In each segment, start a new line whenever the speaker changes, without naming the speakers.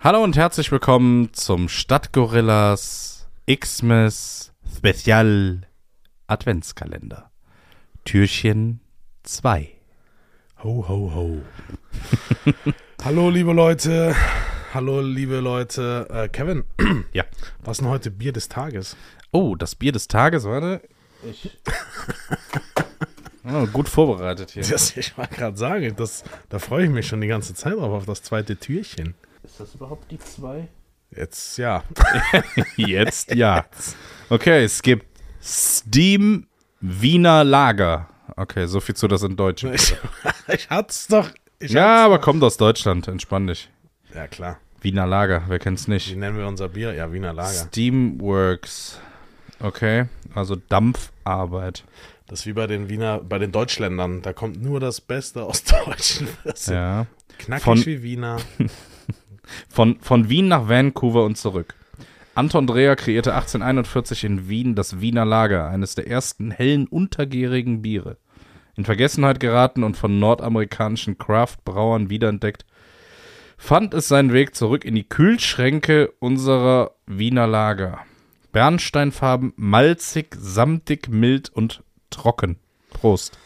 Hallo und herzlich willkommen zum Stadtgorillas Xmas Special Adventskalender. Türchen 2.
Ho, ho, ho. Hallo, liebe Leute. Hallo, liebe Leute. Äh, Kevin,
Ja.
was ist denn heute Bier des Tages?
Oh, das Bier des Tages, warte. Ich. Oh, gut vorbereitet hier.
Das ich mal gerade sage, das, da freue ich mich schon die ganze Zeit drauf, auf das zweite Türchen.
Ist das überhaupt die 2?
Jetzt, ja.
Jetzt ja. Okay, es gibt Steam Wiener Lager. Okay, so viel zu das in Deutsch.
Ich, ich hat's doch. Ich
Ja, aber kommt aus Deutschland, entspann dich.
hat's. Ja, klar.
Wiener Lager, wer kennt's
Wie
nicht?
nennen wir unser Bier? Ja, Wiener Lager.
Steamworks. Okay, also Dampfarbeit.
Das ist wie bei den Wiener, bei den Deutschländern. Da kommt nur das Beste aus Deutschen. Das ist
Ja.
Knackig
Von-
wie Wiener.
Von, von Wien nach Vancouver und zurück. Anton Dreher kreierte 1841 in Wien das Wiener Lager, eines der ersten hellen untergärigen Biere. In Vergessenheit geraten und von nordamerikanischen Craft-Brauern wiederentdeckt, fand es seinen Weg zurück in die Kühlschränke unserer Wiener Lager. Bernsteinfarben, malzig, samtig, mild und trocken. Prost.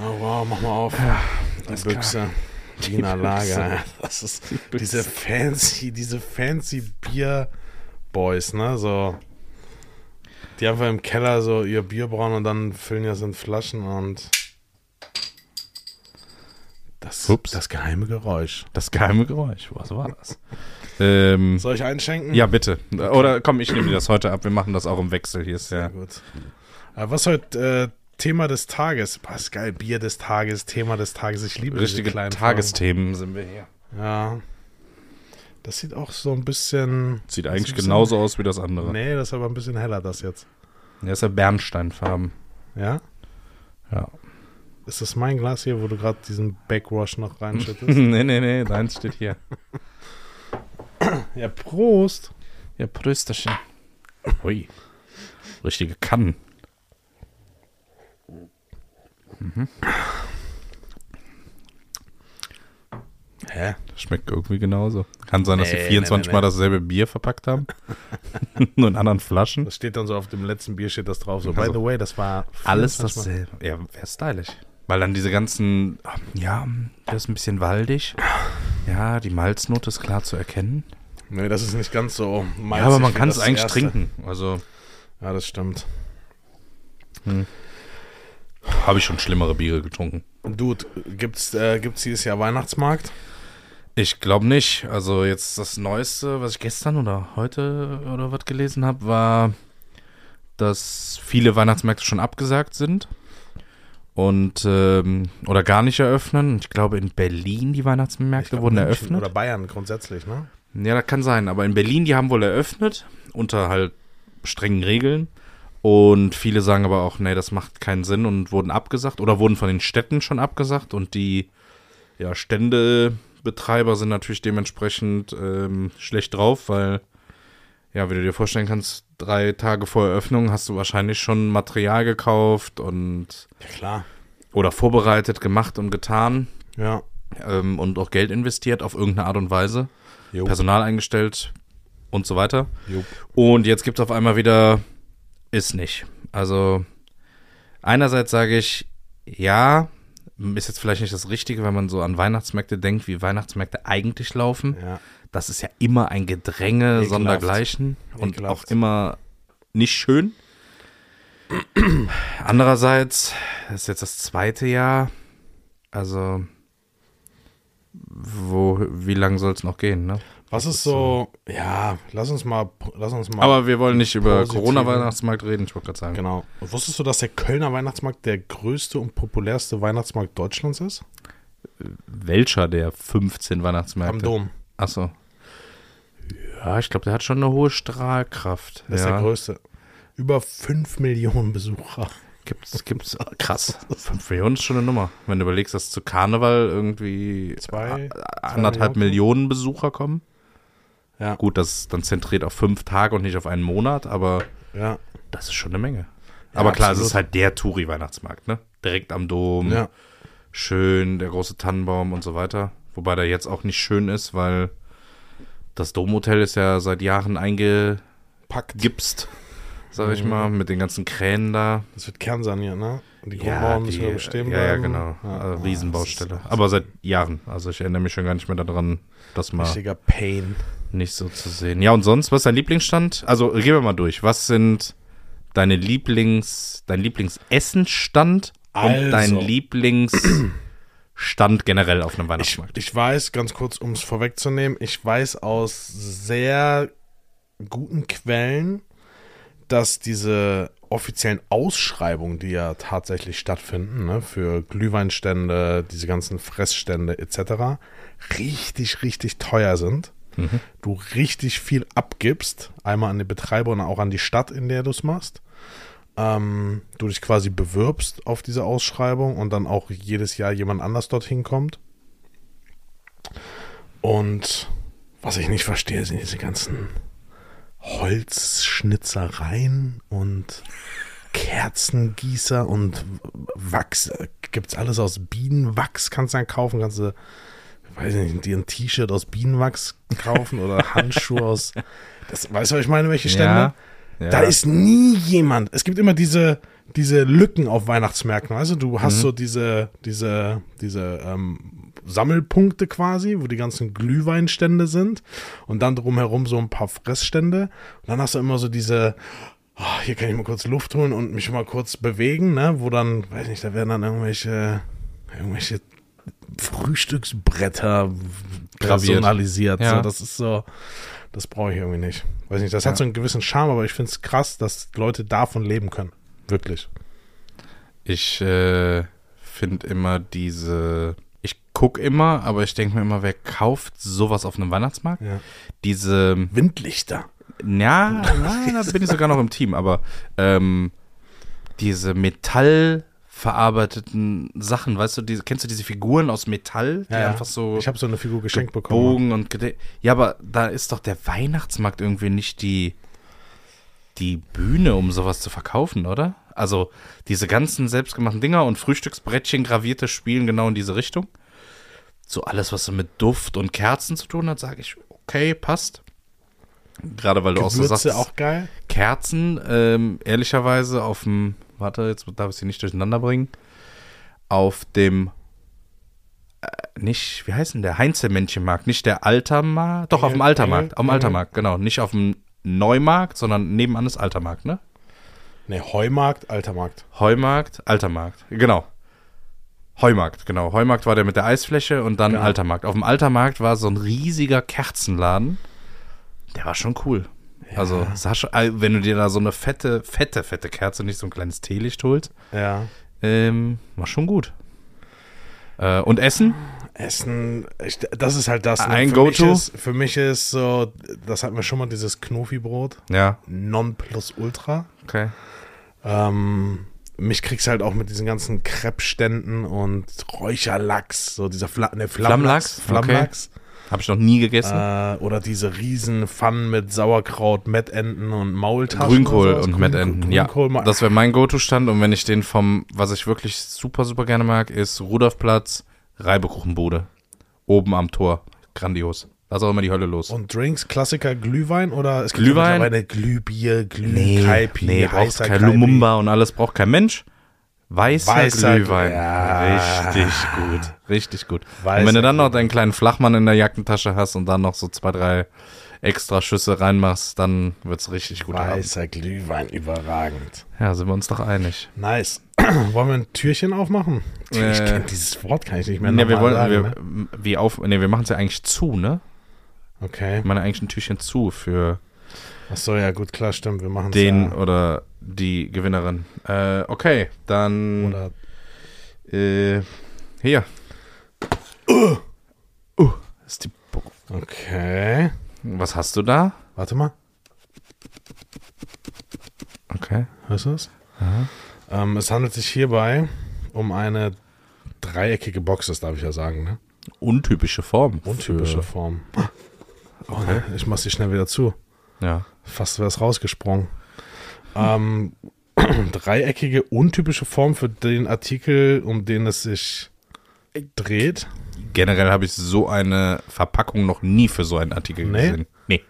Oh wow, mach mal auf. die Büchse. Wiener
Büchse.
Lager. Das ist diese fancy, diese fancy Bier Boys, ne? So die einfach im Keller so ihr Bier brauen und dann füllen das in Flaschen und das
Ups.
das geheime Geräusch.
Das geheime Geräusch. Was war das? ähm,
Soll ich einschenken?
Ja, bitte. Oder komm, ich nehme dir das heute ab. Wir machen das auch im Wechsel. Hier ist ja.
Gut. Aber was heute äh, Thema des Tages? Was geil, Bier des Tages, Thema des Tages. Ich liebe diese
Richtige
kleinen Fragen.
Tagesthemen sind wir hier.
Ja. Das sieht auch so ein bisschen.
Sieht
das
eigentlich
ist ein
genauso aus wie das andere.
Bisschen, nee, das ist aber ein bisschen heller, das jetzt.
Der ist ja Bernsteinfarben.
Ja?
Ja.
Ist das mein Glas hier, wo du gerade diesen Backwash noch reinschüttest?
nee, nee, nee, deins steht hier.
ja, Prost!
Ja, Prösterchen. Hui. Richtige Kannen.
Hä?
Das schmeckt irgendwie genauso. Kann sein, dass sie
Nee,
24
nee, nee,
Mal
nee.
dasselbe Bier verpackt haben. Nur in anderen Flaschen.
Das steht dann so auf dem letzten Bier, steht das drauf. So, by
Also,
the way, das war.
Alles
24 Mal-
dasselbe. Ja, wäre stylisch. Weil dann diese ganzen, ah, ja, das ist ein bisschen waldig. Ja, die Malznote ist klar zu erkennen.
Nee, das ist nicht ganz so.
Ja,
malzig
aber man
wie
kann es
das
eigentlich
erste.
trinken. Also
Ja, das stimmt.
habe ich schon schlimmere Biere getrunken.
Dude, gibt's, äh, gibt's dieses Jahr Weihnachtsmarkt?
Ich glaube nicht. Also jetzt das Neueste, was ich gestern oder heute oder was gelesen habe, war, dass viele Weihnachtsmärkte schon abgesagt sind und ähm, oder gar nicht eröffnen. Ich glaube in Berlin die
Ich
Weihnachtsmärkte
glaub,
wurden
München
eröffnet.
Oder Bayern grundsätzlich, ne?
Ja, das kann sein. Aber in Berlin, die haben wohl eröffnet, unter halt strengen Regeln. Und viele sagen aber auch, nee, das macht keinen Sinn und wurden abgesagt oder wurden von den Städten schon abgesagt. Und die ja, Ständebetreiber sind natürlich dementsprechend ähm, schlecht drauf, weil, ja, wie du dir vorstellen kannst, drei Tage vor Eröffnung hast du wahrscheinlich schon Material gekauft und
Ja, klar.
oder vorbereitet, gemacht und getan
Ja.
ähm, und auch Geld investiert auf irgendeine Art und Weise.
Jo.
Personal eingestellt und so weiter.
Jo.
Und jetzt gibt es auf einmal wieder, ist nicht. Also einerseits sage ich, ja, ist jetzt vielleicht nicht das Richtige, wenn man so an Weihnachtsmärkte denkt, wie Weihnachtsmärkte eigentlich laufen.
Ja.
Das ist ja immer ein Gedränge
Ekelhaft.
sondergleichen und
Ekelhaft.
auch immer nicht schön. Andererseits das ist jetzt das zweite Jahr, also wo, wie lange soll es noch gehen, ne?
Was ist so, ja, lass uns mal, lass uns mal.
Aber wir wollen nicht über
Positive.
Corona-Weihnachtsmarkt reden, ich wollte gerade sagen.
genau. Wusstest du, dass der Kölner Weihnachtsmarkt der größte und populärste Weihnachtsmarkt Deutschlands ist?
Welcher der 15
Am
Weihnachtsmärkte?
Dom.
Achso. Ja, ich glaube, der hat schon eine hohe Strahlkraft.
Das ist der
ja.
größte. Über 5 Millionen Besucher.
Gibt's, gibt's, ah, krass. 5 Millionen ist schon eine Nummer. Wenn du überlegst, dass zu Karneval irgendwie
Zwei-
a- anderthalb
zwei
Millionen Besucher kommen.
Ja.
Gut, das ist dann zentriert auf fünf Tage und nicht auf einen Monat, aber
Ja.
das ist schon eine Menge. aber klar, es
absolut.
ist halt der Touri-Weihnachtsmarkt, ne? Direkt am Dom,
Ja.
schön, der große Tannenbaum und so weiter. Wobei der jetzt auch nicht schön ist, weil Das Domhotel ist ja seit Jahren
Packt.
eingegipst, sag ich
Mhm.
mal, mit den ganzen Kränen da.
Das wird kernsaniert, ne? Und die Grundmauern müssen ja bestehen
ja, ja,
bleiben.
genau.
Ja.
Also
Ah,
Riesenbaustelle.
das ist
Aber seit Jahren. Also ich erinnere mich schon gar nicht mehr daran, das mal
Richtiger Pain.
nicht so zu sehen. Ja, und sonst, was ist dein Lieblingsstand? Also gehen wir mal durch. Was sind deine Lieblings, dein Lieblingsessenstand
Also.
und dein Lieblingsstand generell auf einem
Ich,
Weihnachtsmarkt?
ich weiß, ganz kurz, um es vorwegzunehmen, ich weiß aus sehr guten Quellen, dass diese offiziellen Ausschreibungen, die ja tatsächlich stattfinden, ne, für Glühweinstände, diese ganzen Fressstände etc., richtig, richtig teuer sind. Du richtig viel abgibst, einmal an den Betreiber und auch an die Stadt, in der du es machst. ähm, du dich quasi bewirbst auf diese Ausschreibung und dann auch jedes Jahr jemand anders dorthin kommt. Und was ich nicht verstehe, sind diese ganzen Holzschnitzereien und Kerzengießer und Wachs. Gibt's alles aus Bienenwachs, kannst du dann kaufen, kannst du, weiß ich nicht, dir ein T-Shirt aus Bienenwachs kaufen oder Handschuhe aus. Das, weißt du, was ich meine, welche Stände?
Ja, ja.
Da ist nie jemand. Es gibt immer diese, diese Lücken auf Weihnachtsmärkten. Also du hast so diese, diese, diese ähm, Sammelpunkte quasi, wo die ganzen Glühweinstände sind und dann drumherum so ein paar Fressstände. Und dann hast du immer so diese, ah, hier kann ich mal kurz Luft holen und mich mal kurz bewegen, ne? Wo dann, weiß nicht, da werden dann irgendwelche, irgendwelche Frühstücksbretter personalisiert.
Ja.
So, das ist so, das brauche ich irgendwie nicht. Weiß nicht, das hat so einen gewissen Charme, aber ich finde es krass, dass Leute davon leben können. Wirklich.
Ich äh, finde immer diese. Ich gucke immer, aber ich denke mir immer, wer kauft sowas auf einem Weihnachtsmarkt?
Ja.
Diese.
Windlichter.
Ja, nein, da bin ich sogar noch im Team, aber ähm, diese metallverarbeiteten Sachen, weißt du, diese, kennst du diese Figuren aus Metall, die
Ja, ja.
einfach so
Ich habe so eine Figur geschenkt bekommen.
Bogen und gede- Ja, aber da ist doch der Weihnachtsmarkt irgendwie nicht die, die Bühne, um sowas zu verkaufen, oder? Also diese ganzen selbstgemachten Dinger und Frühstücksbrettchen gravierte spielen genau in diese Richtung. So alles, was so mit Duft und Kerzen zu tun hat, sage ich, okay, passt. Gerade weil du auch so
Gewürze
sagst,
auch geil.
Kerzen, ähm, ehrlicherweise auf dem, warte, jetzt darf ich sie nicht durcheinander bringen, auf dem, äh, nicht, wie heißt denn der, Heinzelmännchenmarkt, nicht der Altermarkt, doch auf dem
Engel-
Altermarkt, auf dem
Engel-
Altermarkt, genau, nicht auf dem Neumarkt, sondern nebenan ist Altermarkt, ne?
Ne, Heumarkt, Altermarkt.
Heumarkt, Altermarkt, genau. Heumarkt, genau. Heumarkt war der mit der Eisfläche und dann
Genau.
Altermarkt. Auf dem Altermarkt war so ein riesiger Kerzenladen. Der war schon cool. Also, Sascha, äh, wenn du dir da so eine fette, fette, fette Kerze, nicht so ein kleines Teelicht holst,
Ja.
ähm, war schon gut. Äh, und Essen?
Essen, ich, das ist halt das.
Ein
Für
Go-To?
mich ist- Für mich ist so, das hatten wir schon mal, dieses Knofi-Brot.
Ja,
Non plus ultra.
okay.
Ähm, mich kriegst halt auch mit diesen ganzen Kreppständen und Räucherlachs, so dieser Fla ne, Flammlachs.
Flammlachs, Habe ich noch nie gegessen.
Äh, oder diese riesen Pfannen mit Sauerkraut, Mettenten und Maultaschen.
Grünkohl
oder sowas.
und
Grün-
Mettenden. Ja,
Grünkohl, Ma-
das wäre mein Go-To-Stand. Und wenn ich den vom, was ich wirklich super, super gerne mag, ist Rudolfplatz, Reibekuchenbude. Oben am Tor. Grandios. Da ist auch immer die Hölle los.
und Drinks, Klassiker Glühwein oder es gibt
Glühwein?
ja mittlerweile Glühbier, Glühkaipi,
nee, brauchst
heißer
kein
Kaipi.
Lumumba und alles braucht kein Mensch. Weißer,
Weißer
Glühwein.
Glüh- Ja.
Richtig gut. Richtig gut. und
Weißer
wenn du dann noch deinen kleinen Flachmann in der Jackentasche hast und dann noch so zwei, drei extra Schüsse reinmachst, dann wird's richtig gut. Abend.
Weißer Glühwein, überragend.
Ja, sind wir uns doch einig.
Nice. Wollen wir ein Türchen aufmachen? Ich
Äh.
kenn dieses Wort kann ich nicht mehr
Nee, wir
normal
wollen,
sagen,
wir,
ne?
m- wie auf, nee, wir machen es ja eigentlich zu, ne?
Okay.
Ich meine eigentlich ein Türchen zu für
Achso, ja, gut, klar, stimmt. Wir machen
den
Ja.
oder die Gewinnerin. Äh, okay, dann
Oder
äh, hier. Uh, ist die Bo-
Okay.
Was hast du da?
Warte mal.
Okay.
Hörst du es? Ähm, es handelt sich hierbei um eine dreieckige Box, das darf ich ja sagen, ne?
Untypische Form.
Untypische Form.
Okay.
Ich mach sie schnell wieder zu.
Für, ja.
Fast wäre es rausgesprungen. Ähm, dreieckige, untypische Form für den Artikel, um den es sich dreht.
generell habe ich so eine Verpackung noch nie für so einen Artikel
Nee?
gesehen. Nee.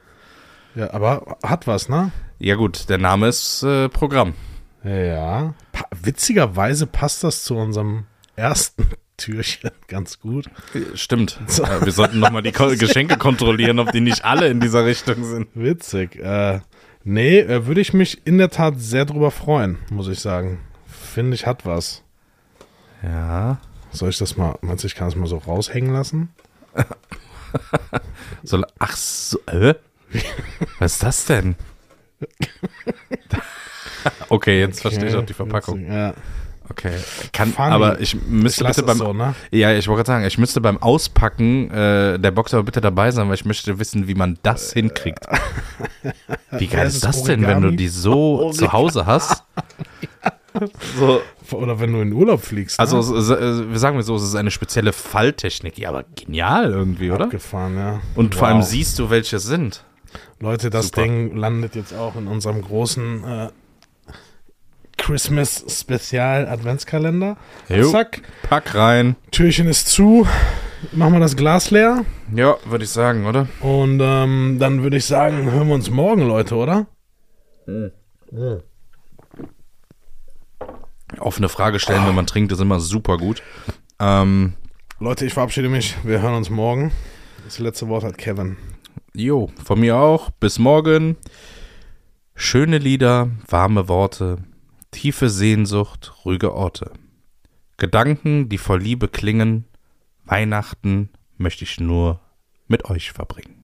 Ja, aber hat was, ne?
Ja gut, der Name ist äh, Programm.
Ja. Pa witzigerweise passt das zu unserem ersten Türchen ganz gut.
Äh, Stimmt. Äh, wir sollten nochmal die Ko Geschenke kontrollieren, ob die nicht alle in dieser Richtung sind.
Witzig. Äh, nee, äh, würde ich mich in der Tat sehr drüber freuen, muss ich sagen. Finde ich, hat was.
Ja.
Soll ich das mal, meinst du, ich kann das mal so raushängen lassen?
Soll, ach so, äh? Was ist das denn? Okay, jetzt verstehe ich auch die Verpackung.
Witzig, Ja.
Okay. Kann,
Funny.
aber ich
Ich
müsste
lass
bitte
es
beim
so, ne?
Ja, ich wollte gerade sagen, ich müsste beim Auspacken äh, der Box aber bitte dabei sein, weil ich möchte wissen, wie man das hinkriegt. Wie geil
Äh, Ist
ist
es
das denn, wenn du
Origami?
die so zu Hause hast? So,
Oder wenn du in Urlaub fliegst.
also
ne?
es ist, äh, sagen wir so, es ist eine spezielle Falltechnik, ja, aber genial irgendwie, oder?
Abgefahren, ja.
Und vor allem
Wow.
siehst du, welche es sind.
Leute, das
Super.
Ding landet jetzt auch in unserem großen äh, Christmas-Spezial-Adventskalender.
Jo.
Zack,
Pack rein.
Türchen ist zu. Machen wir das Glas leer.
Ja, würde ich sagen, oder?
Und ähm, dann würde ich sagen, hören wir uns morgen, Leute, oder?
Offene Frage stellen, wenn man trinkt, ist immer super gut. Ähm,
Leute, ich verabschiede mich. Wir hören uns morgen. Das letzte Wort hat Kevin.
Jo, von mir auch. Bis morgen. Schöne Lieder, warme Worte, tiefe Sehnsucht, ruhige Orte. Gedanken, die vor Liebe klingen. Weihnachten möchte ich nur mit euch verbringen.